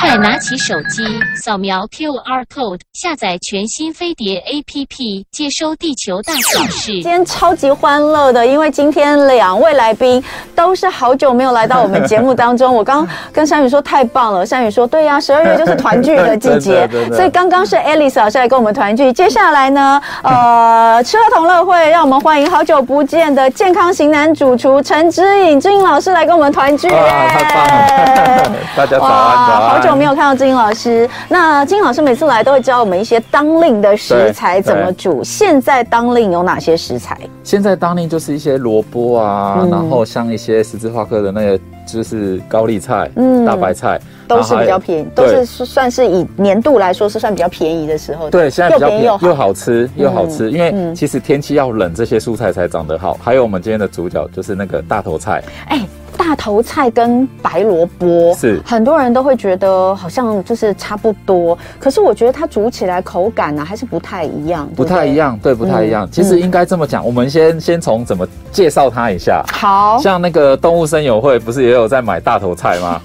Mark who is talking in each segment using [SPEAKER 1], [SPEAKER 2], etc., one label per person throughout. [SPEAKER 1] 快拿起手机，扫描 QR code，下载全新飞碟 APP，接收地球大小事
[SPEAKER 2] 今。天超级欢乐的，因为今天两位来宾都是好久没有来到我们节目当中。我刚跟山宇说太棒了，山宇说对呀、十二 月就是团聚的季节
[SPEAKER 3] 真的真，的
[SPEAKER 2] 所以刚刚是 Alice 老师来跟我们团聚。接下来呢，呃，吃喝同乐会，让我们欢迎好久不见的健康型男主厨陈之颖，之颖老师来跟我们团聚耶！
[SPEAKER 3] 哇，啊太 棒了！ 大家早安，早安。
[SPEAKER 2] 好久没有看到金英老师。那金英老师每次来都会教我们一些当令的食材
[SPEAKER 3] 对
[SPEAKER 2] 怎么煮。现在当令有哪些食材？
[SPEAKER 3] 现在当令就是一些萝卜啊，
[SPEAKER 2] 嗯
[SPEAKER 3] 然后像一些十字花科的那个就是高丽菜、
[SPEAKER 2] 嗯
[SPEAKER 3] 大白菜，
[SPEAKER 2] 都是比较便宜，都
[SPEAKER 3] 啊对
[SPEAKER 2] 是算是以年度来说是算比较便宜的时候。
[SPEAKER 3] 对，现在比较便宜，
[SPEAKER 2] 又
[SPEAKER 3] 又
[SPEAKER 2] 便宜又好
[SPEAKER 3] 好吃，又好吃。因为
[SPEAKER 2] 嗯
[SPEAKER 3] 其实天气要冷，这些蔬菜才长得好。还有我们今天的主角就是那个大头菜，
[SPEAKER 2] 哎、大头菜跟白萝卜
[SPEAKER 3] 是
[SPEAKER 2] 很多人都会觉得好像就是差不多，可是我觉得它煮起来口感啊呢、还是不太一样，
[SPEAKER 3] 不太一
[SPEAKER 2] 样。
[SPEAKER 3] 样，对，不太一样
[SPEAKER 2] 嗯。
[SPEAKER 3] 其实应该这么讲，我们先先从怎么介绍它一下。
[SPEAKER 2] 好，
[SPEAKER 3] 像那个动物森友会不是也有在买大头菜吗？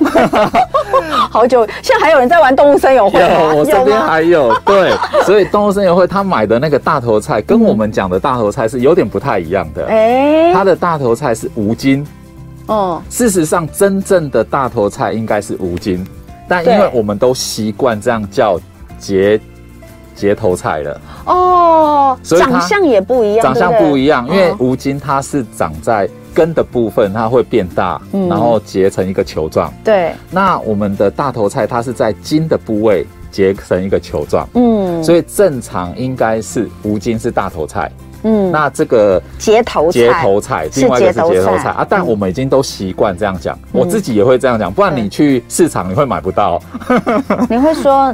[SPEAKER 2] 好久，现在还有人在玩动物森 友会吗？
[SPEAKER 3] 啊有，我这边
[SPEAKER 2] 啊吗
[SPEAKER 3] 还有， 对，所以动物森友会他买的那个大头菜跟我们讲的大头菜是有点不太一样的。
[SPEAKER 2] 哎、
[SPEAKER 3] 它的大头菜是无筋，
[SPEAKER 2] 嗯，
[SPEAKER 3] 事实上真正的大头菜应该是无筋，但因
[SPEAKER 2] 对
[SPEAKER 3] 为我们都习惯这样叫节节头菜了，
[SPEAKER 2] 哦，
[SPEAKER 3] 所以它
[SPEAKER 2] 长相也不一样，
[SPEAKER 3] 长相
[SPEAKER 2] 对对
[SPEAKER 3] 不一样，因为
[SPEAKER 2] 嗯
[SPEAKER 3] 无筋它是长在根的部分，它会变大，
[SPEAKER 2] 嗯
[SPEAKER 3] 然后结成一个球状。
[SPEAKER 2] 对，
[SPEAKER 3] 那我们的大头菜它是在筋的部位结成一个球状。
[SPEAKER 2] 嗯，
[SPEAKER 3] 所以正常应该是无筋是大头菜，
[SPEAKER 2] 嗯
[SPEAKER 3] 那这个
[SPEAKER 2] 结头
[SPEAKER 3] 结
[SPEAKER 2] 菜，
[SPEAKER 3] 头菜，
[SPEAKER 2] 是
[SPEAKER 3] 另外一个是
[SPEAKER 2] 结
[SPEAKER 3] 结
[SPEAKER 2] 头
[SPEAKER 3] 头
[SPEAKER 2] 菜
[SPEAKER 3] 菜啊。但
[SPEAKER 2] 嗯
[SPEAKER 3] 我们已经都习惯这样讲，
[SPEAKER 2] 嗯嗯
[SPEAKER 3] 我自己也会这样讲，不然
[SPEAKER 2] 对
[SPEAKER 3] 你去市场你会买不到。
[SPEAKER 2] 你会说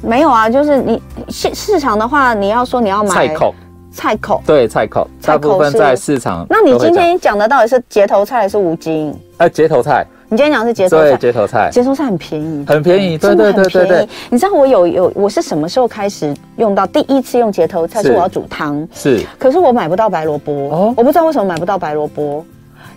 [SPEAKER 2] 没有啊？就是你市市场的话，你要说你要买
[SPEAKER 3] 菜口，
[SPEAKER 2] 菜口。
[SPEAKER 3] 对菜口，
[SPEAKER 2] 菜
[SPEAKER 3] 大
[SPEAKER 2] 口
[SPEAKER 3] 部分
[SPEAKER 2] 是
[SPEAKER 3] 在市场
[SPEAKER 2] 那你
[SPEAKER 3] 都会
[SPEAKER 2] 今
[SPEAKER 3] 讲
[SPEAKER 2] 天讲的到底是结头菜还是无筋？
[SPEAKER 3] 呃结头菜，
[SPEAKER 2] 你今天讲的是结头
[SPEAKER 3] 对
[SPEAKER 2] 菜，
[SPEAKER 3] 结头菜
[SPEAKER 2] 结头菜很便宜，
[SPEAKER 3] 很便宜，对
[SPEAKER 2] 真的很
[SPEAKER 3] 对对对
[SPEAKER 2] 便
[SPEAKER 3] 对
[SPEAKER 2] 宜，。你知道我有有我是什么时候开始用到？第一次用结头菜是
[SPEAKER 3] 是
[SPEAKER 2] 我要煮汤，
[SPEAKER 3] 是
[SPEAKER 2] 可是我买不到白萝卜，
[SPEAKER 3] 哦
[SPEAKER 2] 我不知道为什么买不到白萝卜。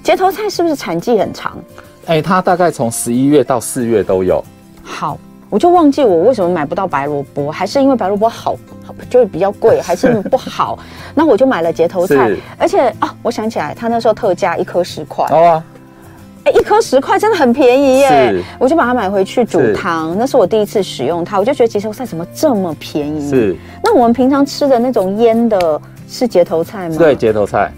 [SPEAKER 2] 结头菜是不是产季很长？
[SPEAKER 3] 哎，它大概从十一月到四月都有。
[SPEAKER 2] 好，我就忘记我为什么买不到白萝卜，还是因为白萝卜好，好就是比较 贵，还是不好？那我就买了节头菜
[SPEAKER 3] 是，
[SPEAKER 2] 而且啊，我想起来，他那时候特价一颗十块，哎、哎
[SPEAKER 3] 哦啊，
[SPEAKER 2] 一颗十块真的很便宜耶
[SPEAKER 3] 是！
[SPEAKER 2] 我就把它买回去煮
[SPEAKER 3] 是
[SPEAKER 2] 汤，那是我第一次使用它，我就觉得节头菜怎么这么便宜？
[SPEAKER 3] 是，
[SPEAKER 2] 那我们平常吃的那种腌的是节头菜吗？
[SPEAKER 3] 对。结头菜，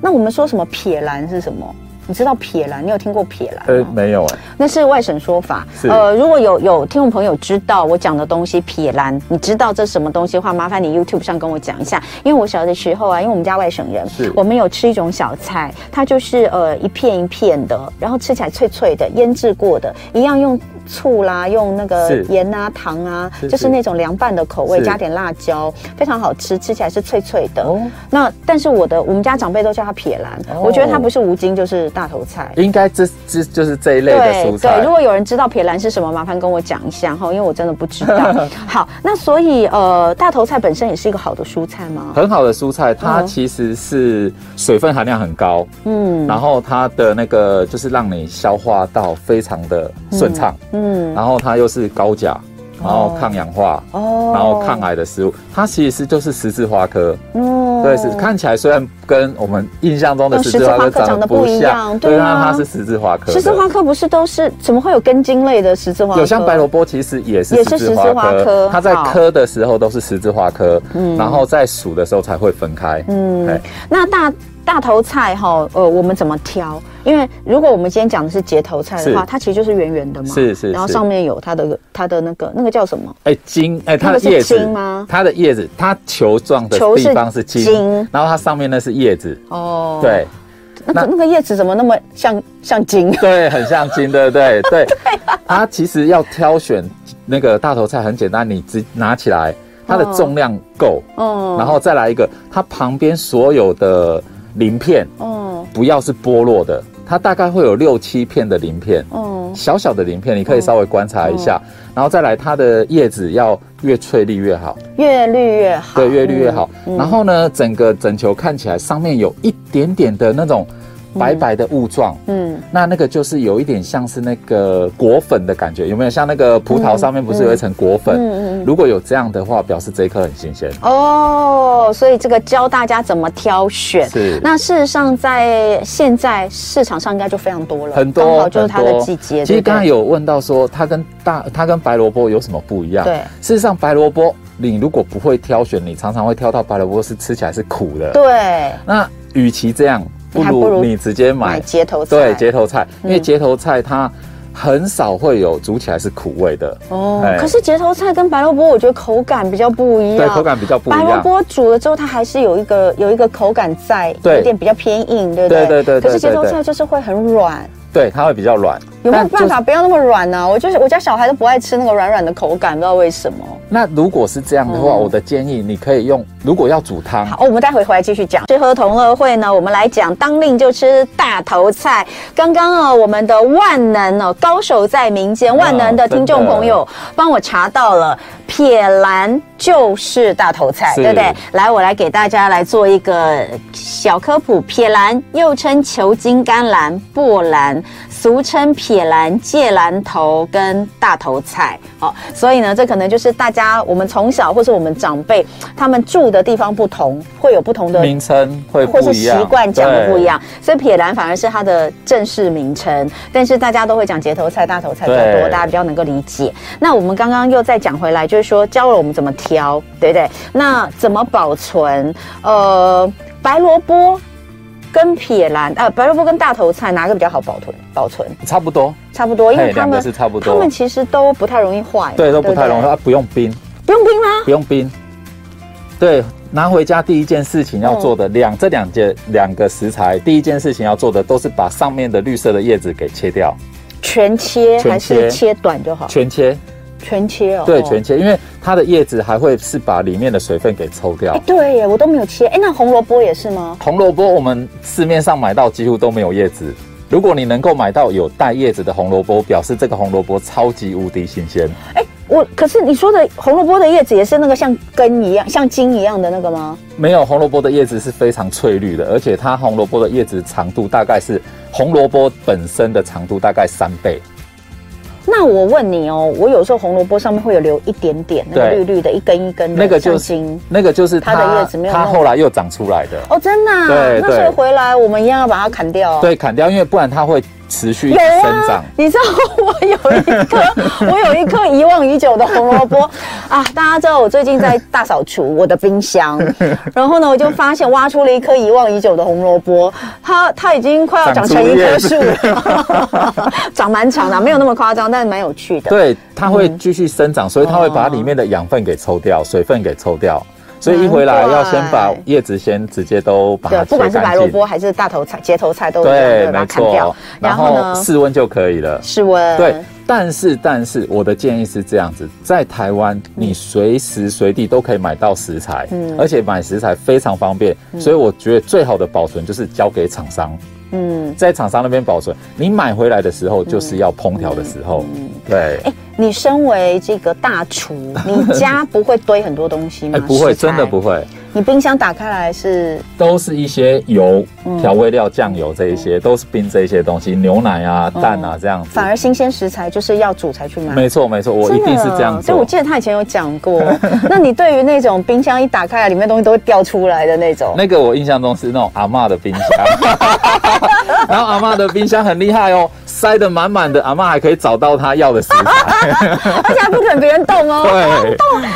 [SPEAKER 2] 那我们说什么撇兰是什么？你知道撇兰？你有听过撇兰吗？
[SPEAKER 3] 呃，没有哎，
[SPEAKER 2] 那是外省说法。
[SPEAKER 3] 是
[SPEAKER 2] 呃，如果有有听众朋友知道我讲的东西撇蓝，你知道这是什么东西的话，麻烦你 YouTube 上跟我讲一下。因为我小的时候啊，因为我们家外省人
[SPEAKER 3] 是，
[SPEAKER 2] 我们有吃一种小菜，它就是呃一片一片的，然后吃起来脆脆的，腌制过的，一样用。醋啦，用那个
[SPEAKER 3] 是
[SPEAKER 2] 盐啊、糖啊，
[SPEAKER 3] 是
[SPEAKER 2] 就是
[SPEAKER 3] 是
[SPEAKER 2] 那种凉拌的口味，
[SPEAKER 3] 是
[SPEAKER 2] 加点辣椒，非常好吃，吃起来是脆脆的。
[SPEAKER 3] 哦
[SPEAKER 2] 那但是我的我们家长辈都叫它撇蓝，
[SPEAKER 3] 哦
[SPEAKER 2] 我觉得它不是无精就是大头菜。
[SPEAKER 3] 应该这这就是这一类的蔬菜。
[SPEAKER 2] 对，如果有人知道撇兰是什么，麻烦跟我讲一下哈，因为我真的不知 道。好，那所以呃，大头菜本身也是一个好的蔬菜吗？
[SPEAKER 3] 很好的蔬菜，它
[SPEAKER 2] 嗯
[SPEAKER 3] 其实是水分含量很高，
[SPEAKER 2] 嗯
[SPEAKER 3] 然后它的那个就是让你消化到非常的顺畅，
[SPEAKER 2] 嗯
[SPEAKER 3] 然后它又是高钾，然后抗氧化，
[SPEAKER 2] 哦
[SPEAKER 3] 然后抗癌的食物，它其实就是十字花科，
[SPEAKER 2] 哦
[SPEAKER 3] 对，是看起来虽然跟我们印象中的
[SPEAKER 2] 嗯
[SPEAKER 3] 十字花科
[SPEAKER 2] 十字花科
[SPEAKER 3] 长
[SPEAKER 2] 长得
[SPEAKER 3] 得
[SPEAKER 2] 不
[SPEAKER 3] 不
[SPEAKER 2] 一样
[SPEAKER 3] 像，
[SPEAKER 2] 对啊
[SPEAKER 3] 对，但它是十字花科的，
[SPEAKER 2] 十字花科不是都是怎么会有根茎类的十字花科？
[SPEAKER 3] 有像白萝卜，其实也是
[SPEAKER 2] 也
[SPEAKER 3] 十
[SPEAKER 2] 是
[SPEAKER 3] 字
[SPEAKER 2] 十字
[SPEAKER 3] 花
[SPEAKER 2] 花科
[SPEAKER 3] 科，它在
[SPEAKER 2] 好
[SPEAKER 3] 科的时候都是十字花科
[SPEAKER 2] 嗯，
[SPEAKER 3] 然后在数的时候才会分开，
[SPEAKER 2] 嗯
[SPEAKER 3] 哎，
[SPEAKER 2] 那大大头菜哈，呃，我们怎么挑？因为如果我们今天讲的是节头菜的话，
[SPEAKER 3] 是
[SPEAKER 2] 它其实就是圆圆的嘛，
[SPEAKER 3] 是是
[SPEAKER 2] 然后
[SPEAKER 3] 是
[SPEAKER 2] 上面有它的它的那个那个叫什么？
[SPEAKER 3] 哎，茎哎，
[SPEAKER 2] 那
[SPEAKER 3] 它
[SPEAKER 2] 个
[SPEAKER 3] 的
[SPEAKER 2] 是
[SPEAKER 3] 叶子
[SPEAKER 2] 茎吗
[SPEAKER 3] 它的叶子，它球状的
[SPEAKER 2] 球是
[SPEAKER 3] 地方是茎，
[SPEAKER 2] 茎
[SPEAKER 3] 然后它上面那是叶子，
[SPEAKER 2] 哦，，
[SPEAKER 3] 对
[SPEAKER 2] 那个
[SPEAKER 3] 那
[SPEAKER 2] 那个叶子怎么那么像像茎？
[SPEAKER 3] 对，很像茎，对不 对？对，
[SPEAKER 2] 啊
[SPEAKER 3] 它其实要挑选那个大头菜很简单，你只拿起来，它的
[SPEAKER 2] 哦
[SPEAKER 3] 重量够，
[SPEAKER 2] 哦
[SPEAKER 3] 然后再来一个，它旁边所有的鳞片
[SPEAKER 2] 哦
[SPEAKER 3] 不要是剥落的，它大概会有六七片的鳞片，
[SPEAKER 2] 哦
[SPEAKER 3] 小小的鳞片，你可以稍微观察一下，然后再来它的叶子要越翠绿越好。
[SPEAKER 2] 越绿越好，
[SPEAKER 3] 对，越绿越好。
[SPEAKER 2] 嗯
[SPEAKER 3] 然后呢，整个整球看起来上面有一点点的那种白白的雾状，
[SPEAKER 2] 嗯，
[SPEAKER 3] 那那个就是有一点像是那个果粉的感觉，有没有？像那个葡萄上面不是有一层果粉？
[SPEAKER 2] 嗯嗯嗯
[SPEAKER 3] 如果有这样的话，表示这一颗很新鲜。
[SPEAKER 2] 哦，所以这个教大家怎么挑选。
[SPEAKER 3] 是，
[SPEAKER 2] 那事实上，在现在市场上应该就非常多了，
[SPEAKER 3] 很
[SPEAKER 2] 刚好
[SPEAKER 3] 多
[SPEAKER 2] 就是它
[SPEAKER 3] 很
[SPEAKER 2] 的
[SPEAKER 3] 多
[SPEAKER 2] 季节。
[SPEAKER 3] 其
[SPEAKER 2] 对
[SPEAKER 3] 实
[SPEAKER 2] 不对
[SPEAKER 3] 刚才有问到说，它跟大它跟白萝卜有什么不一样？
[SPEAKER 2] 对
[SPEAKER 3] 事实上白萝卜你如果不会挑选，你常常会挑到白萝卜是吃起来是苦的。
[SPEAKER 2] 对
[SPEAKER 3] 那与其这样，不
[SPEAKER 2] 你还不
[SPEAKER 3] 如
[SPEAKER 2] 如
[SPEAKER 3] 你直接
[SPEAKER 2] 买
[SPEAKER 3] 买
[SPEAKER 2] 街头菜，
[SPEAKER 3] 对街头菜，因为
[SPEAKER 2] 嗯
[SPEAKER 3] 街头菜它很少会有煮起来是苦味的，
[SPEAKER 2] 哦
[SPEAKER 3] 哎，
[SPEAKER 2] 可是街头菜跟白萝卜，我觉得口感比较不一样。
[SPEAKER 3] 对，口感比较不
[SPEAKER 2] 嗯
[SPEAKER 3] 一
[SPEAKER 2] 白萝
[SPEAKER 3] 样。
[SPEAKER 2] 卜煮了之后，它还是有一个有一个口感在，
[SPEAKER 3] 对
[SPEAKER 2] 有点比较偏硬，对不对？
[SPEAKER 3] 对对对对
[SPEAKER 2] 可是街头
[SPEAKER 3] 对对
[SPEAKER 2] 菜就是会很软，
[SPEAKER 3] 对，它会比较软。
[SPEAKER 2] 有没有
[SPEAKER 3] 但就
[SPEAKER 2] 办法不要那么软呢、我就是我家小孩都不爱吃那个软软的口感，不知道为什么。
[SPEAKER 3] 那如果是这样的话，
[SPEAKER 2] 嗯
[SPEAKER 3] 我的建议你可以用，如果要煮汤，
[SPEAKER 2] 好，我们待会回来继续讲。吃喝同乐会呢，我们来讲当令就吃大头菜。刚刚啊，我们的万能哦，高手在民间，万能的
[SPEAKER 3] 哦真的
[SPEAKER 2] 听众朋友帮我查到了，撇兰就是大头菜，
[SPEAKER 3] 是
[SPEAKER 2] 对不对？来，我来给大家来做一个小科普，撇兰又称球茎甘蓝、薄兰，俗称撇兰、芥兰头跟大头菜。哦，所以呢，这可能就是大家我们从小或是我们长辈他们住的地方不同，会有不同的
[SPEAKER 3] 名称会
[SPEAKER 2] 或
[SPEAKER 3] 不
[SPEAKER 2] 是
[SPEAKER 3] 一
[SPEAKER 2] 习
[SPEAKER 3] 样，
[SPEAKER 2] 惯讲的不一
[SPEAKER 3] 对。
[SPEAKER 2] 样，所以撇兰反而是它的正式名称，但是大家都会讲节头菜、大头菜比较多，
[SPEAKER 3] 对
[SPEAKER 2] 大家比较能够理解。那我们刚刚又再讲回来，就是说教了我们怎么挑，对不对？那怎么保存？呃，白萝卜跟撇兰，呃，白萝卜跟大头菜哪个比较好保存？保存
[SPEAKER 3] 差不多，
[SPEAKER 2] 差不多，因为
[SPEAKER 3] 嘿
[SPEAKER 2] 它
[SPEAKER 3] 两个
[SPEAKER 2] 们
[SPEAKER 3] 是差不
[SPEAKER 2] 它
[SPEAKER 3] 多
[SPEAKER 2] 们，其实都不太容易坏嘛，
[SPEAKER 3] 对，都不太容易，啊
[SPEAKER 2] 对
[SPEAKER 3] 它不用冰，
[SPEAKER 2] 不用冰吗？
[SPEAKER 3] 不用冰。对，拿回家第一件事情要做的
[SPEAKER 2] 嗯
[SPEAKER 3] 两这两件两个食材，第一件事情要做的都是把上面的绿色的叶子给切掉，
[SPEAKER 2] 全切
[SPEAKER 3] 全
[SPEAKER 2] 还是
[SPEAKER 3] 切
[SPEAKER 2] 切短就好？
[SPEAKER 3] 全切，
[SPEAKER 2] 全切哦，
[SPEAKER 3] 对，
[SPEAKER 2] 哦
[SPEAKER 3] 全切，因为它的叶子还会是把里面的水分给抽掉
[SPEAKER 2] 哎，。对耶，我都没有切。哎，那红萝卜也是吗？
[SPEAKER 3] 红萝卜我们市面上买到几乎都没有叶子。如果你能够买到有带叶子的红萝卜，表示这个红萝卜超级无敌新鲜。
[SPEAKER 2] 哎，我可是你说的红萝卜的叶子也是那个像根一样、像茎一样的那个吗？
[SPEAKER 3] 没有红萝卜的叶子是非常翠绿的，而且它红萝卜的叶子长度大概是红萝卜本身的长度大概三倍。
[SPEAKER 2] 那我问你哦，我有时候红萝卜上面会有留一点点那个
[SPEAKER 3] 对
[SPEAKER 2] 绿绿的，一根一根的，
[SPEAKER 3] 那个就
[SPEAKER 2] 像
[SPEAKER 3] 是
[SPEAKER 2] 茎。
[SPEAKER 3] 那个就是
[SPEAKER 2] 它
[SPEAKER 3] 它
[SPEAKER 2] 的叶子没有
[SPEAKER 3] 它
[SPEAKER 2] 弄
[SPEAKER 3] 后来又长出来的。
[SPEAKER 2] 哦，真的、啊？
[SPEAKER 3] 对
[SPEAKER 2] 那
[SPEAKER 3] 对
[SPEAKER 2] 所以回来我们一样要把它砍掉、哦。。
[SPEAKER 3] 对，砍掉，因为不然它会持续一
[SPEAKER 2] 有
[SPEAKER 3] 直生
[SPEAKER 2] 啊
[SPEAKER 3] 长。，
[SPEAKER 2] 你知道我有一颗，我有一颗遗忘已久的红萝卜 啊！大家知道我最近在大扫除我的冰箱，然后呢，我就发现挖出了一颗遗忘已久的红萝卜，它它已经快要长成一棵树了， 长蛮长的，没有那么夸张，但是蛮有趣的。
[SPEAKER 3] 对，它会继续生长，所以它会把里面的养分给抽掉，水分给抽掉。所以一回来
[SPEAKER 2] 难怪
[SPEAKER 3] 要先把叶子先直接都把
[SPEAKER 2] 对，
[SPEAKER 3] 它
[SPEAKER 2] 不
[SPEAKER 3] 切
[SPEAKER 2] 管
[SPEAKER 3] 干
[SPEAKER 2] 是
[SPEAKER 3] 净。
[SPEAKER 2] 白萝卜还是大头菜、节头菜都一样，
[SPEAKER 3] 对，
[SPEAKER 2] 对，把它
[SPEAKER 3] 没
[SPEAKER 2] 砍掉
[SPEAKER 3] 错。。
[SPEAKER 2] 然
[SPEAKER 3] 然
[SPEAKER 2] 后
[SPEAKER 3] 后
[SPEAKER 2] 呢，
[SPEAKER 3] 室温就可以了。
[SPEAKER 2] 室温。
[SPEAKER 3] 对，但是但是我的建议是这样子，在台湾你随时随地都可以买到食材，
[SPEAKER 2] 嗯
[SPEAKER 3] 而且买食材非常方便，所以我觉得最好的保存就是交给厂商，
[SPEAKER 2] 嗯，
[SPEAKER 3] 在厂商那边保存。你买回来的时候就是要烹调的时候，对，
[SPEAKER 2] 哎，你身为这个大厨，你家不会堆很多东西吗
[SPEAKER 3] 哎，？不会，
[SPEAKER 2] 食材
[SPEAKER 3] 真的不会，
[SPEAKER 2] 你冰箱打开来是
[SPEAKER 3] 都是一些油、
[SPEAKER 2] 嗯
[SPEAKER 3] 调味料、酱油这一些，都是冰这一些东西，牛奶啊、蛋啊这样子
[SPEAKER 2] 嗯反。而新鲜食材就是要煮才去买。啊
[SPEAKER 3] 没错没错，我一定是这样
[SPEAKER 2] 对，我
[SPEAKER 3] 做。
[SPEAKER 2] 记得他以前有讲过。那你对于那种冰箱一打开来，里面东西都会掉出来的那种，
[SPEAKER 3] 那个我印象中是那种阿嬷的冰箱， 然后阿嬷的冰箱很厉害哦，塞得满满的，阿嬷还可以找到她要的食材。
[SPEAKER 2] 而且还不准别人动 哦。
[SPEAKER 3] 对，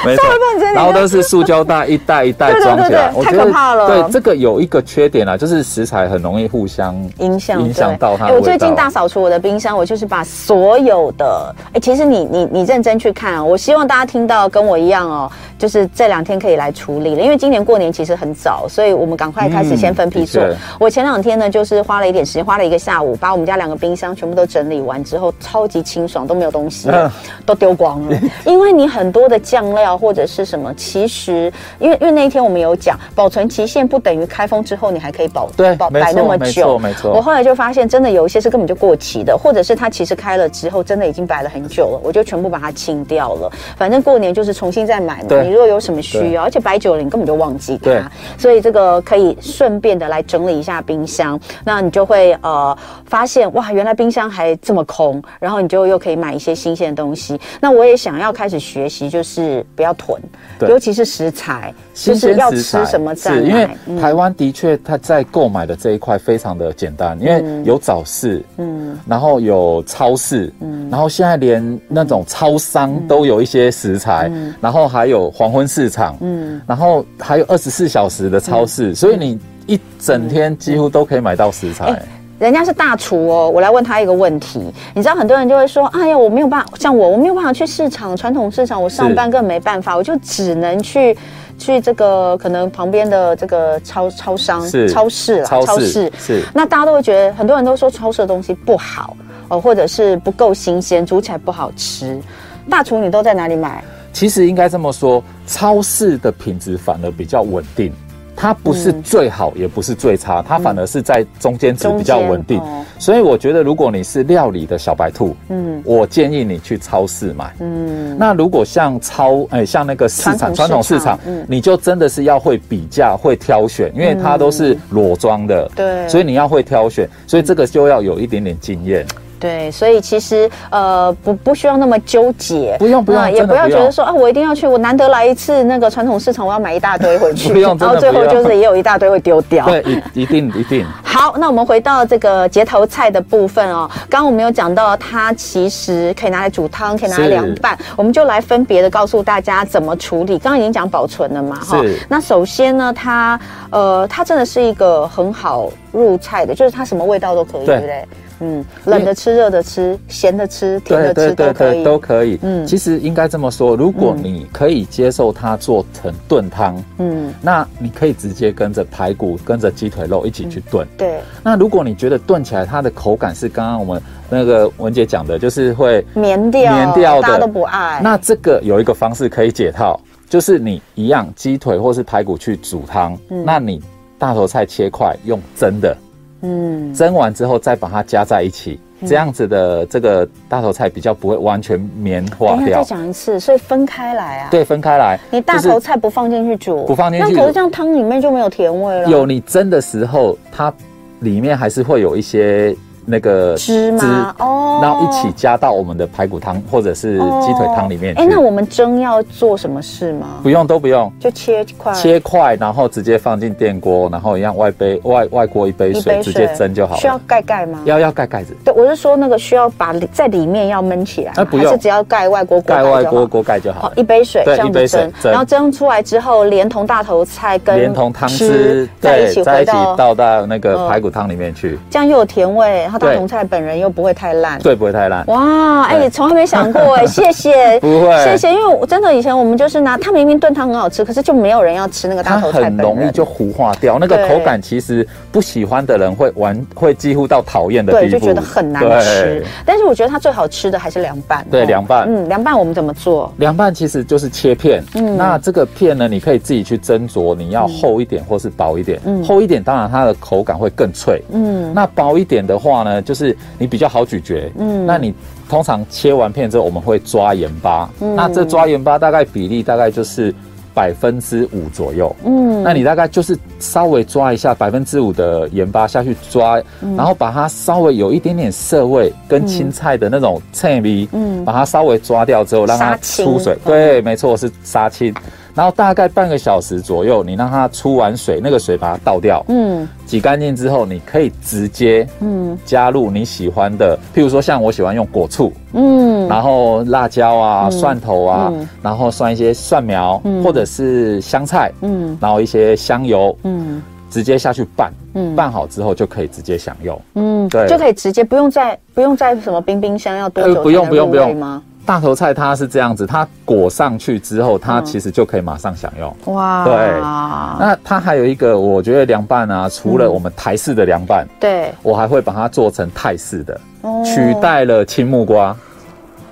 [SPEAKER 3] 没错
[SPEAKER 2] 吓一跳你知道。
[SPEAKER 3] 然后都是塑胶袋一袋一袋
[SPEAKER 2] 对对
[SPEAKER 3] 装起来，
[SPEAKER 2] 对对太可怕了
[SPEAKER 3] 对，这个有一个缺点啊，就是食材很容易互相
[SPEAKER 2] 影响
[SPEAKER 3] 影响
[SPEAKER 2] 对
[SPEAKER 3] 到它
[SPEAKER 2] 哎
[SPEAKER 3] 的
[SPEAKER 2] 我
[SPEAKER 3] 味道。
[SPEAKER 2] 最近大扫除我的冰箱，我就是把所有的哎、其实你你你认真去看啊，我希望大家听到跟我一样哦，就是这两天可以来处理了，因为今年过年其实很早，所以我们赶快开始
[SPEAKER 3] 嗯
[SPEAKER 2] 先分批
[SPEAKER 3] 的
[SPEAKER 2] 做。
[SPEAKER 3] 确
[SPEAKER 2] 我前两天呢，就是花了一点时间，花了一个下午，把我们家两个冰箱全部都整理完之后，超级清爽，都没有东西了
[SPEAKER 3] 嗯
[SPEAKER 2] 都丢光了。因为你很多的酱料或者是什么，其实因为因为那一天我们们有讲，保存期限不等于开封之后你还可以保
[SPEAKER 3] 对
[SPEAKER 2] 保
[SPEAKER 3] 没
[SPEAKER 2] 摆那
[SPEAKER 3] 错
[SPEAKER 2] 么
[SPEAKER 3] 没
[SPEAKER 2] 久
[SPEAKER 3] 错。没错
[SPEAKER 2] 我后来就发现，真的有一些是根本就过期的，或者是它其实开了之后真的已经摆了很久了，我就全部把它清掉了。反正过年就是重新再买嘛。
[SPEAKER 3] 对
[SPEAKER 2] 你如果有什么需要，而且摆久了你根本就忘记
[SPEAKER 3] 对
[SPEAKER 2] 它，所以这个可以顺便的来整理一下冰箱，那你就会呃发现哇，原来冰箱还这么空，然后你就又可以买一些新鲜的东西。那我也想要开始学习，就是不要囤，
[SPEAKER 3] 对
[SPEAKER 2] 尤其是食材，就
[SPEAKER 3] 新
[SPEAKER 2] 是
[SPEAKER 3] 鲜
[SPEAKER 2] 要
[SPEAKER 3] 食
[SPEAKER 2] 吃
[SPEAKER 3] 材
[SPEAKER 2] 什么再
[SPEAKER 3] 是因为
[SPEAKER 2] 买。嗯
[SPEAKER 3] 台湾的确它在购买的这一块非常的简单，因为有早市，嗯，然后有超市，嗯，然后现在连那种超商都有一些食材，
[SPEAKER 2] 嗯
[SPEAKER 3] 然后还有黄昏市场，嗯，然后还有二十四小时的超市，
[SPEAKER 2] 嗯
[SPEAKER 3] 所以你一整天几乎都可以买到食材。
[SPEAKER 2] 人家是大厨哦，我来问他一个问题。你知道很多人就会说：“哎呀，我没有办法，像我，我没有办法去市场，传统市场，我上班根本没办法，我就只能去去这个可能旁边的这个超超商、
[SPEAKER 3] 是
[SPEAKER 2] 啊超市啦，
[SPEAKER 3] 超市是
[SPEAKER 2] 那大家都会觉得，很多人都说超市的东西不好哦，或者是不够新鲜，煮起来不好吃。大厨你都在哪里买？
[SPEAKER 3] 其实应该这么说，超市的品质反而比较稳定，它不是
[SPEAKER 2] 嗯
[SPEAKER 3] 最好，也不是最差，它反而是在中间值比较稳定。
[SPEAKER 2] 中间哦
[SPEAKER 3] 所以我觉得，如果你是料理的小白兔，
[SPEAKER 2] 嗯
[SPEAKER 3] 我建议你去超市买。
[SPEAKER 2] 嗯，
[SPEAKER 3] 那如果像超哎、像那个市场
[SPEAKER 2] 传
[SPEAKER 3] 传
[SPEAKER 2] 统
[SPEAKER 3] 统
[SPEAKER 2] 市
[SPEAKER 3] 市
[SPEAKER 2] 场
[SPEAKER 3] 场，
[SPEAKER 2] 嗯
[SPEAKER 3] 你就真的是要会比价、会挑选，因为它都是裸装的，
[SPEAKER 2] 嗯对
[SPEAKER 3] 所以你要会挑选，所以这个就要有一点点经验。
[SPEAKER 2] 嗯对，所以其实呃不不需要那么纠结，
[SPEAKER 3] 不用不用
[SPEAKER 2] 那也
[SPEAKER 3] 真的
[SPEAKER 2] 不要
[SPEAKER 3] 不
[SPEAKER 2] 觉
[SPEAKER 3] 用
[SPEAKER 2] 得说啊我一定要去，我难得来一次那个传统市场，我要买一大堆回去，
[SPEAKER 3] 不用
[SPEAKER 2] 然后最
[SPEAKER 3] 真的不
[SPEAKER 2] 后
[SPEAKER 3] 用
[SPEAKER 2] 就是也有一大堆会丢 掉。
[SPEAKER 3] 对，一一定 一定。
[SPEAKER 2] 好，那我们回到这个节头菜的部分哦。刚刚我们有讲到，它其实可以拿来煮汤，可以拿来
[SPEAKER 3] 是
[SPEAKER 2] 凉拌，我们就来分别的告诉大家怎么处理。刚刚已经讲保存了嘛，
[SPEAKER 3] 是
[SPEAKER 2] 那首先呢，它呃，它真的是一个很好入菜的，就是它什么味道都可以，对
[SPEAKER 3] 对
[SPEAKER 2] 不对？嗯，冷的吃，热的吃，咸的吃，甜的吃都可以。
[SPEAKER 3] 都可以。
[SPEAKER 2] 嗯
[SPEAKER 3] 嗯，其实应该这么说，如果你可以接受它做成炖汤，
[SPEAKER 2] 嗯，
[SPEAKER 3] 那你可以直接跟着排骨、跟着鸡腿肉一起去炖。
[SPEAKER 2] 对，
[SPEAKER 3] 那如果你觉得炖起来它的口感是刚刚我们那个文姐讲的，就是会
[SPEAKER 2] 棉掉，
[SPEAKER 3] 棉掉的
[SPEAKER 2] 大家都不爱。
[SPEAKER 3] 那这个有一个方式可以解套，就是你一样鸡腿或是排骨去煮汤，那你大头菜切块用蒸的，
[SPEAKER 2] 嗯，
[SPEAKER 3] 蒸完之后再把它加在一起。这样子的这个大头菜比较不会完全棉化
[SPEAKER 2] 等哎一下再
[SPEAKER 3] 掉，
[SPEAKER 2] 讲一次，所以分开来啊。
[SPEAKER 3] 对，分开来。
[SPEAKER 2] 你大
[SPEAKER 3] 就是
[SPEAKER 2] 头菜不放进去煮，
[SPEAKER 3] 不放进去
[SPEAKER 2] 那可是这样汤里面就没有甜味了。
[SPEAKER 3] 有你蒸的时候，它里面还是会有一些那个
[SPEAKER 2] 汁吗？哦
[SPEAKER 3] 然后一起加到我们的排骨汤或者是鸡腿汤里面去。
[SPEAKER 2] 哎、那我们蒸要做什么事吗？
[SPEAKER 3] 不用都不用，
[SPEAKER 2] 就切块，
[SPEAKER 3] 切块然后直接放进电锅，然后一样外杯外外锅一
[SPEAKER 2] 一
[SPEAKER 3] 杯水
[SPEAKER 2] 杯水
[SPEAKER 3] 直接蒸就好
[SPEAKER 2] 需要
[SPEAKER 3] 了。
[SPEAKER 2] 盖盖吗？
[SPEAKER 3] 要要盖盖子，
[SPEAKER 2] 对，我是说那个需要把里在里面要焖起来吗，
[SPEAKER 3] 哎不用
[SPEAKER 2] 还是只要盖外锅锅
[SPEAKER 3] 盖
[SPEAKER 2] 盖
[SPEAKER 3] 外
[SPEAKER 2] 就好
[SPEAKER 3] 锅。锅盖就好
[SPEAKER 2] 好，
[SPEAKER 3] 了。
[SPEAKER 2] 一杯水
[SPEAKER 3] 对
[SPEAKER 2] 这样
[SPEAKER 3] 一
[SPEAKER 2] 子
[SPEAKER 3] 杯水
[SPEAKER 2] 蒸，
[SPEAKER 3] 蒸
[SPEAKER 2] 然后蒸出来之后，连同大头菜跟
[SPEAKER 3] 连同汤
[SPEAKER 2] 汁
[SPEAKER 3] 汁
[SPEAKER 2] 在一起
[SPEAKER 3] 对在
[SPEAKER 2] 回
[SPEAKER 3] 一起
[SPEAKER 2] 到，
[SPEAKER 3] 倒到那
[SPEAKER 2] 嗯
[SPEAKER 3] 个排骨汤里面去，
[SPEAKER 2] 这样又有甜味，然后大
[SPEAKER 3] 对
[SPEAKER 2] 头菜本人又不会太烂。
[SPEAKER 3] 对，不会太烂。
[SPEAKER 2] 哇，哎、
[SPEAKER 3] 对
[SPEAKER 2] 从来没想过 哎、谢谢，
[SPEAKER 3] 不会
[SPEAKER 2] 谢谢，因为我真的以前我们就是拿，它明明炖汤很好吃，可是就没有人要吃那个大
[SPEAKER 3] 它
[SPEAKER 2] 头菜
[SPEAKER 3] 很
[SPEAKER 2] 本
[SPEAKER 3] 容易
[SPEAKER 2] 人
[SPEAKER 3] 就糊化掉，那个
[SPEAKER 2] 对
[SPEAKER 3] 口感其实不喜欢的人会完会几乎到讨厌的
[SPEAKER 2] 对，
[SPEAKER 3] 地步，
[SPEAKER 2] 就觉得很难
[SPEAKER 3] 对
[SPEAKER 2] 吃。但是我觉得它最好吃的还是凉拌。
[SPEAKER 3] 对
[SPEAKER 2] 哦
[SPEAKER 3] 凉拌
[SPEAKER 2] 嗯，凉拌我们怎么做？
[SPEAKER 3] 凉拌其实就是切片，
[SPEAKER 2] 嗯
[SPEAKER 3] 那这个片呢，你可以自己去斟酌，你要厚一点或是薄一点。厚一点当然它的口感会更脆，
[SPEAKER 2] 嗯
[SPEAKER 3] 那薄一点的话呢，就是你比较好咀嚼。
[SPEAKER 2] 嗯
[SPEAKER 3] 那你通常切完片之后，我们会抓盐巴，
[SPEAKER 2] 嗯
[SPEAKER 3] 那这抓盐巴大概比例大概就是百分之五左右。
[SPEAKER 2] 嗯，
[SPEAKER 3] 那你大概就是稍微抓一下百分之五的盐巴下去抓，
[SPEAKER 2] 嗯
[SPEAKER 3] 然后把它稍微有一点点涩味跟青菜的那种菜味，
[SPEAKER 2] 嗯
[SPEAKER 3] 把它稍微抓掉之后，让它
[SPEAKER 2] 杀青
[SPEAKER 3] 出水
[SPEAKER 2] 嗯。
[SPEAKER 3] 对，没错，是杀青。然后大概半个小时左右，你让它出完水，那个水把它倒掉，
[SPEAKER 2] 嗯
[SPEAKER 3] 挤干净之后，你可以直接
[SPEAKER 2] 嗯
[SPEAKER 3] 加入你喜欢的，譬如说像我喜欢用果醋，
[SPEAKER 2] 嗯，
[SPEAKER 3] 然后辣椒啊、蒜头啊
[SPEAKER 2] 嗯，
[SPEAKER 3] 然后蒜一些蒜苗
[SPEAKER 2] 嗯
[SPEAKER 3] 或者是香菜，
[SPEAKER 2] 嗯
[SPEAKER 3] 然后一些香油，
[SPEAKER 2] 嗯
[SPEAKER 3] 直接下去拌，
[SPEAKER 2] 嗯
[SPEAKER 3] 拌好之后就可以直接享用。
[SPEAKER 2] 嗯，
[SPEAKER 3] 对
[SPEAKER 2] 就可以直接不用再不用再什么冰冰箱要多久
[SPEAKER 3] 呃
[SPEAKER 2] 才
[SPEAKER 3] 不用
[SPEAKER 2] 能
[SPEAKER 3] 不用
[SPEAKER 2] 入
[SPEAKER 3] 不用
[SPEAKER 2] 味吗？
[SPEAKER 3] 大头菜它是这样子，它裹上去之后，它
[SPEAKER 2] 嗯
[SPEAKER 3] 其实就可以马上享用。
[SPEAKER 2] 哇，啊
[SPEAKER 3] 那它还有一个，我觉得凉拌啊，除
[SPEAKER 2] 嗯
[SPEAKER 3] 了我们台式的凉拌，
[SPEAKER 2] 对，
[SPEAKER 3] 我还会把它做成泰式的，
[SPEAKER 2] 哦
[SPEAKER 3] 取代了青木瓜。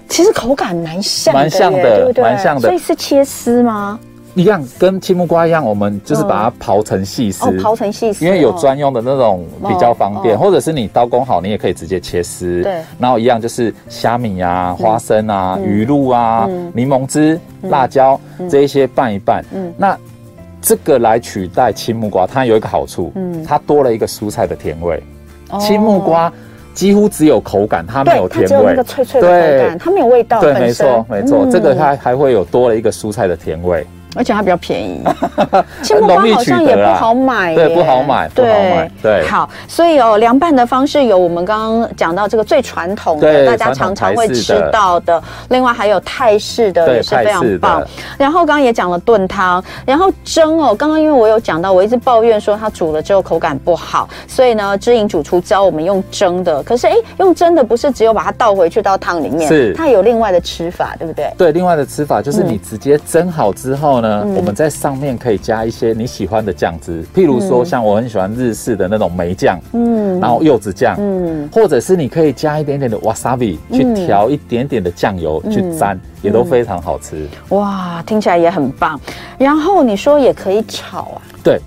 [SPEAKER 2] 其实口感蛮像的耶，
[SPEAKER 3] 蛮像的
[SPEAKER 2] 对不对？
[SPEAKER 3] 蛮像的
[SPEAKER 2] 所以是切丝吗？
[SPEAKER 3] 一样，跟青木瓜一样，我们就是把它刨成细丝。
[SPEAKER 2] 哦，刨成细丝，
[SPEAKER 3] 因为有
[SPEAKER 2] 哦
[SPEAKER 3] 专用的那种比较方便，
[SPEAKER 2] 哦
[SPEAKER 3] 或者是你刀工好，你也可以直接切丝。
[SPEAKER 2] 对嗯
[SPEAKER 3] 然后一样就是虾米啊、花生啊、鱼露啊、柠檬汁、辣椒这一些拌一拌。
[SPEAKER 2] 嗯
[SPEAKER 3] 嗯，那这个来取代青木瓜，它有一个好处，
[SPEAKER 2] 嗯
[SPEAKER 3] 它多了一个蔬菜的甜味。
[SPEAKER 2] 哦
[SPEAKER 3] 青木瓜几乎只有口感，它没有
[SPEAKER 2] 对，它
[SPEAKER 3] 甜
[SPEAKER 2] 只有那
[SPEAKER 3] 味
[SPEAKER 2] 个。脆脆的口感，
[SPEAKER 3] 对
[SPEAKER 2] 它没有味道。
[SPEAKER 3] 对，
[SPEAKER 2] 本
[SPEAKER 3] 没
[SPEAKER 2] 身
[SPEAKER 3] 错，没错，
[SPEAKER 2] 嗯
[SPEAKER 3] 这个它还会有多了一个蔬菜的甜味。
[SPEAKER 2] 而且它比较便 宜。青木瓜好像也不好买耶，
[SPEAKER 3] 容易取得啦对不好买不好买对
[SPEAKER 2] 好，所以哦，凉拌的方式有我们刚刚讲到这个最传统的，
[SPEAKER 3] 对
[SPEAKER 2] 大家常
[SPEAKER 3] 传统
[SPEAKER 2] 常会
[SPEAKER 3] 台式
[SPEAKER 2] 吃
[SPEAKER 3] 的
[SPEAKER 2] 到的，另外还有泰式的
[SPEAKER 3] 对
[SPEAKER 2] 也是非常
[SPEAKER 3] 泰式的
[SPEAKER 2] 棒。然后刚刚也讲了炖汤，然后蒸哦，刚刚因为我有讲到，我一直抱怨说它煮了之后口感不好，所以呢，知影主厨教我们用蒸的，可是哎，用蒸的不是只有把它倒回去到汤里面，
[SPEAKER 3] 是
[SPEAKER 2] 它有另外的吃法，对不对？
[SPEAKER 3] 对，另外的吃法就是你直接蒸好之后呢，
[SPEAKER 2] 嗯
[SPEAKER 3] 我们在上面可以加一些你喜欢的酱汁，譬如说像我很喜欢日式的那种梅酱，
[SPEAKER 2] 嗯
[SPEAKER 3] 然后柚子酱，
[SPEAKER 2] 嗯
[SPEAKER 3] 或者是你可以加一点点的 wasabi 去
[SPEAKER 2] 嗯
[SPEAKER 3] 调一点点的酱油去沾，也都非常好吃。
[SPEAKER 2] 嗯哇，听起来也很棒。然后你说也可以炒啊，
[SPEAKER 3] 对，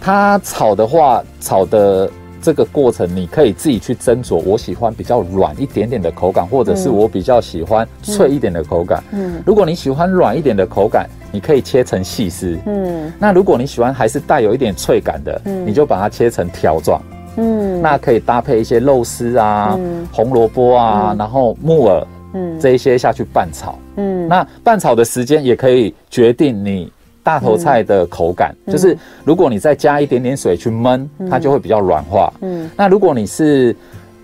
[SPEAKER 3] 它炒的话，炒的这个过程你可以自己去斟酌，我喜欢比较软一点点的口感，或者是我比较喜欢脆一点的口感。
[SPEAKER 2] 嗯
[SPEAKER 3] 如果你喜欢软一点的口感，你可以切成细丝。
[SPEAKER 2] 嗯
[SPEAKER 3] 那如果你喜欢还是带有一点脆感的，
[SPEAKER 2] 嗯
[SPEAKER 3] 你就把它切成条状，
[SPEAKER 2] 嗯，
[SPEAKER 3] 那可以搭配一些肉丝啊、
[SPEAKER 2] 嗯
[SPEAKER 3] 红萝卜啊，然后木耳
[SPEAKER 2] 嗯
[SPEAKER 3] 这一些下去拌炒。
[SPEAKER 2] 嗯
[SPEAKER 3] 那拌炒的时间也可以决定你大头菜的口感，
[SPEAKER 2] 嗯
[SPEAKER 3] 就是如果你再加一点点水去焖，它就会比较软化。
[SPEAKER 2] 嗯
[SPEAKER 3] 那如果你是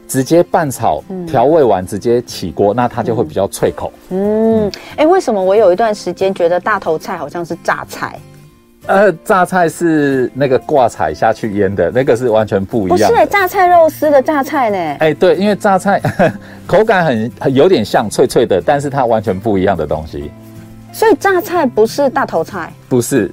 [SPEAKER 3] 直接拌炒
[SPEAKER 2] 嗯，
[SPEAKER 3] 调味完直接起锅，那它就会比较脆口。
[SPEAKER 2] 嗯，哎、为什么我有一段时间觉得大头菜好像是榨菜？
[SPEAKER 3] 呃，榨菜是那个挂彩下去腌的，那个是完全不一
[SPEAKER 2] 不是、欸
[SPEAKER 3] 样的。
[SPEAKER 2] 榨菜肉丝的榨菜呢？
[SPEAKER 3] 哎、对，因为榨菜口感很很有点像脆脆的，但是它完全不一样的东西，
[SPEAKER 2] 所以榨菜不是大头菜，
[SPEAKER 3] 不是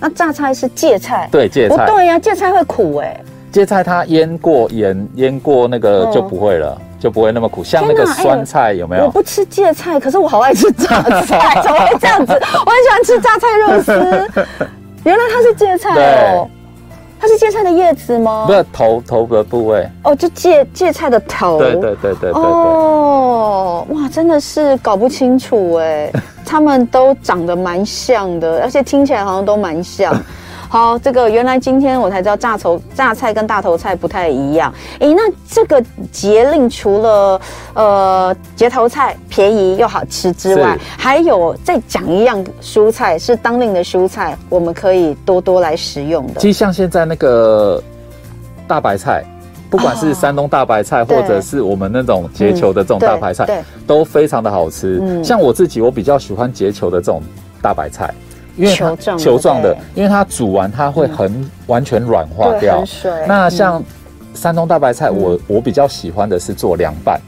[SPEAKER 2] 那榨菜是芥菜。
[SPEAKER 3] 对芥
[SPEAKER 2] 不
[SPEAKER 3] 菜，
[SPEAKER 2] 对呀、芥菜会苦哎、
[SPEAKER 3] 芥菜它腌过盐，腌过那个
[SPEAKER 2] 嗯
[SPEAKER 3] 就不会了，就不会那么苦，像那个
[SPEAKER 2] 天哪哎
[SPEAKER 3] 酸菜有没
[SPEAKER 2] 我
[SPEAKER 3] 有？
[SPEAKER 2] 不吃芥菜，可是我好爱吃榨菜，怎么会这样子？我很喜欢吃榨菜 肉丝，原来它是芥菜哦，它是芥菜的叶子吗
[SPEAKER 3] 不？是头头的部位，
[SPEAKER 2] 哦，就芥芥菜的头。
[SPEAKER 3] 对对对对对对，
[SPEAKER 2] 哦，哇，真的是搞不清楚 哎，他们都长得蛮像的，而且听起来好像都蛮 像。好，这个原来今天我才知道榨头榨菜跟大头菜不太一样。诶，那这个节令除了呃节头菜便宜又好吃之外
[SPEAKER 3] 是，
[SPEAKER 2] 还有再讲一样蔬菜是当令的蔬菜，我们可以多多来食用的
[SPEAKER 3] 其。实像现在那个大白菜，不管
[SPEAKER 2] 哦
[SPEAKER 3] 是山东大白菜，
[SPEAKER 2] 对
[SPEAKER 3] 或者是我们那种结球的这种
[SPEAKER 2] 嗯对
[SPEAKER 3] 大白菜，
[SPEAKER 2] 对
[SPEAKER 3] 都非常的好吃。
[SPEAKER 2] 嗯
[SPEAKER 3] 像我自己，我比较喜欢结球的这种大白菜，因
[SPEAKER 2] 球
[SPEAKER 3] 它
[SPEAKER 2] 状的
[SPEAKER 3] 球状的
[SPEAKER 2] 对，
[SPEAKER 3] 因为它煮完它会很、完全软化
[SPEAKER 2] 对，
[SPEAKER 3] 掉
[SPEAKER 2] 很。嗯水。
[SPEAKER 3] 那像山东大白菜，我我比较喜欢的是做凉拌，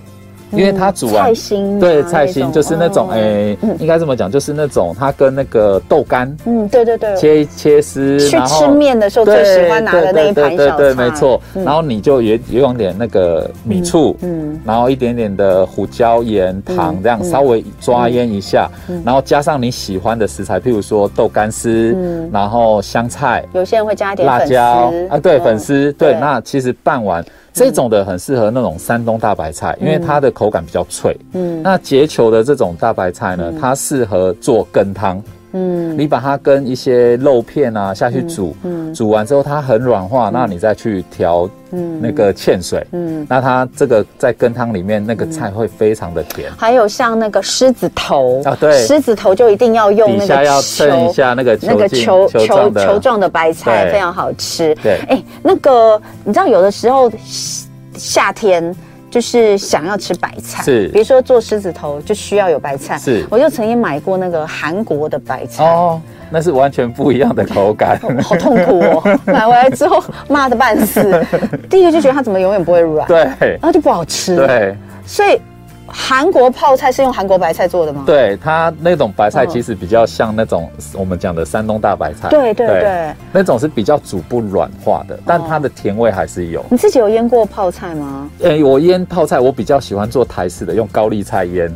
[SPEAKER 3] 因为它煮完
[SPEAKER 2] 嗯菜。心啊
[SPEAKER 3] 对
[SPEAKER 2] 那
[SPEAKER 3] 菜心就是那种
[SPEAKER 2] 哦
[SPEAKER 3] 诶，应该这么讲，就是那种它跟那个豆干
[SPEAKER 2] 嗯，对对对，
[SPEAKER 3] 切切丝，
[SPEAKER 2] 去
[SPEAKER 3] 然后
[SPEAKER 2] 吃面的时候最
[SPEAKER 3] 对
[SPEAKER 2] 喜欢拿的
[SPEAKER 3] 对
[SPEAKER 2] 那一盘
[SPEAKER 3] 对
[SPEAKER 2] 小菜，
[SPEAKER 3] 对对，没错。
[SPEAKER 2] 嗯
[SPEAKER 3] 然后你就也也用点那个米醋，
[SPEAKER 2] 嗯
[SPEAKER 3] 然后一点点的胡椒盐、糖，这样稍微抓腌一下，然后加上你喜欢的食材，譬如说豆干丝
[SPEAKER 2] 嗯，
[SPEAKER 3] 然后香菜、
[SPEAKER 2] 有些人会加一点
[SPEAKER 3] 辣
[SPEAKER 2] 粉丝
[SPEAKER 3] 椒啊，对，
[SPEAKER 2] 嗯
[SPEAKER 3] 粉丝，对。
[SPEAKER 2] 对嗯
[SPEAKER 3] 那其实拌完这种的很适合那种山东大白菜，因为它的口感比较脆。
[SPEAKER 2] 嗯
[SPEAKER 3] 那结球的这种大白菜呢，它适合做羹汤。
[SPEAKER 2] 嗯
[SPEAKER 3] 你把它跟一些肉片啊下去煮，
[SPEAKER 2] 嗯
[SPEAKER 3] 煮完之后它很软化，那你再去调
[SPEAKER 2] 嗯
[SPEAKER 3] 那个芡水，
[SPEAKER 2] 嗯，
[SPEAKER 3] 那它这个在羹汤里面那个菜会非常的甜，
[SPEAKER 2] 还有像那个狮子头
[SPEAKER 3] 啊对
[SPEAKER 2] 狮子头就一定要用
[SPEAKER 3] 底
[SPEAKER 2] 那
[SPEAKER 3] 下
[SPEAKER 2] 个
[SPEAKER 3] 要蹭一
[SPEAKER 2] 球。
[SPEAKER 3] 下那个球
[SPEAKER 2] 那个
[SPEAKER 3] 茎
[SPEAKER 2] 球
[SPEAKER 3] 状的
[SPEAKER 2] 球状的白菜
[SPEAKER 3] 对
[SPEAKER 2] 非常好吃。
[SPEAKER 3] 对
[SPEAKER 2] 哎，那个你知道，有的时候夏夏天就是想要吃白菜，
[SPEAKER 3] 是
[SPEAKER 2] 比如说做狮子头就需要有白菜。
[SPEAKER 3] 是
[SPEAKER 2] 我就曾经买过那个韩国的白菜，
[SPEAKER 3] 哦，那是完全不一样的口感。
[SPEAKER 2] 好痛苦哦！买回来之后骂的半死。 第一个就觉得它怎么永远不会软，然
[SPEAKER 3] 对
[SPEAKER 2] 后就不好吃。，
[SPEAKER 3] 对
[SPEAKER 2] 所以韩国泡菜是用韩国白菜做的吗？
[SPEAKER 3] 对，它那种白菜
[SPEAKER 2] 嗯
[SPEAKER 3] 其实比较像那种我们讲的山东大白菜，
[SPEAKER 2] 对对对，
[SPEAKER 3] 那种是比较煮不软化的，但它的甜味还是有。
[SPEAKER 2] 你自己有腌过泡菜吗？
[SPEAKER 3] 诶、我腌泡菜，我比较喜欢做台式的，用高丽菜腌。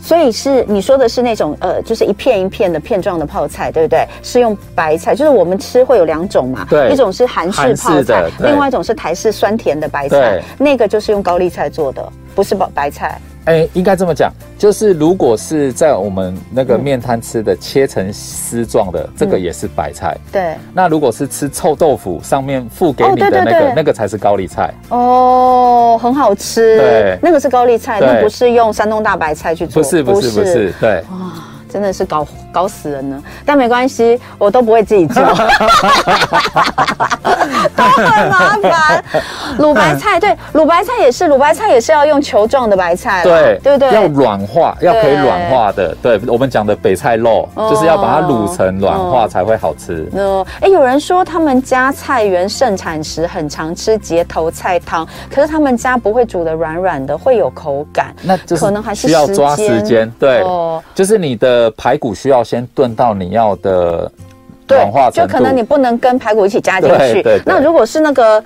[SPEAKER 2] 所以是你说的是那种呃，就是一片一片的片状的泡菜，对不对？是用白菜，就是我们吃会有两种嘛，
[SPEAKER 3] 对
[SPEAKER 2] 一种是韩式
[SPEAKER 3] 韩式
[SPEAKER 2] 泡菜
[SPEAKER 3] 的，对
[SPEAKER 2] 另外一种是台式酸甜的白菜
[SPEAKER 3] 对，
[SPEAKER 2] 那个就是用高丽菜做的，不是白白菜。
[SPEAKER 3] 哎、应该这么讲，就是如果是在我们那
[SPEAKER 2] 嗯
[SPEAKER 3] 个面摊吃的切成丝状的，这个也是白菜。
[SPEAKER 2] 对，
[SPEAKER 3] 那如果是吃臭豆腐，上面附给
[SPEAKER 2] 哦
[SPEAKER 3] 你的
[SPEAKER 2] 对对
[SPEAKER 3] 那个，
[SPEAKER 2] 对
[SPEAKER 3] 那个才是高丽菜。
[SPEAKER 2] 哦，很好吃
[SPEAKER 3] 对，
[SPEAKER 2] 那个是高丽菜，
[SPEAKER 3] 对
[SPEAKER 2] 那不是用山东大白菜去做，
[SPEAKER 3] 不是不是不是，对，
[SPEAKER 2] 哇，真的是搞搞死人了。但没关系，我都不会自己 做，都很麻烦。卤白菜对，卤白菜也是，卤白菜也是要用球状的白菜啦，
[SPEAKER 3] 对
[SPEAKER 2] 对不
[SPEAKER 3] 要
[SPEAKER 2] 对？
[SPEAKER 3] 软化，要可以
[SPEAKER 2] 对
[SPEAKER 3] 软化的。对我们讲的北菜肉，
[SPEAKER 2] 哦
[SPEAKER 3] 就是要把它卤成软化才会好吃。
[SPEAKER 2] 呃，哎，有人说他们家菜园盛产时很常吃节头菜汤，可是他们家不会煮的软软的，会有口感。
[SPEAKER 3] 那就是
[SPEAKER 2] 可能还是
[SPEAKER 3] 需要抓时
[SPEAKER 2] 时间
[SPEAKER 3] 间，对，
[SPEAKER 2] 哦
[SPEAKER 3] 就是你的排骨需要先炖到你要的
[SPEAKER 2] 对
[SPEAKER 3] 软化，
[SPEAKER 2] 就
[SPEAKER 3] 程度，
[SPEAKER 2] 可能你不能跟排骨一起加进去
[SPEAKER 3] 对对对。
[SPEAKER 2] 那如果是那个。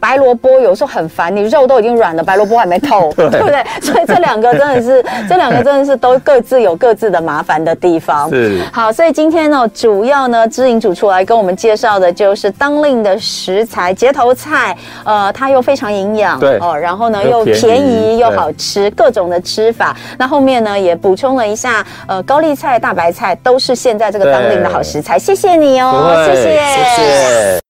[SPEAKER 2] 白萝卜有时候很烦，你肉都已经软了，白萝卜还没 透，对不对？所以这两个真的是，这两个真的是都各自有各自的麻烦的地方。
[SPEAKER 3] 是
[SPEAKER 2] 好，所以今天呢，主要呢，知影主厨来跟我们介绍的就是当令的食材节头菜，呃，它又非常营养，哦
[SPEAKER 3] 对
[SPEAKER 2] 然后呢
[SPEAKER 3] 又
[SPEAKER 2] 又
[SPEAKER 3] 便宜
[SPEAKER 2] 便宜又
[SPEAKER 3] 对
[SPEAKER 2] 好吃，各种的吃法。那后面呢也补充了一下，呃，高丽菜、大白菜都是现在这个当令的好食材。谢谢你
[SPEAKER 3] 不
[SPEAKER 2] 哦，
[SPEAKER 3] 会，
[SPEAKER 2] 谢谢，
[SPEAKER 3] 谢谢。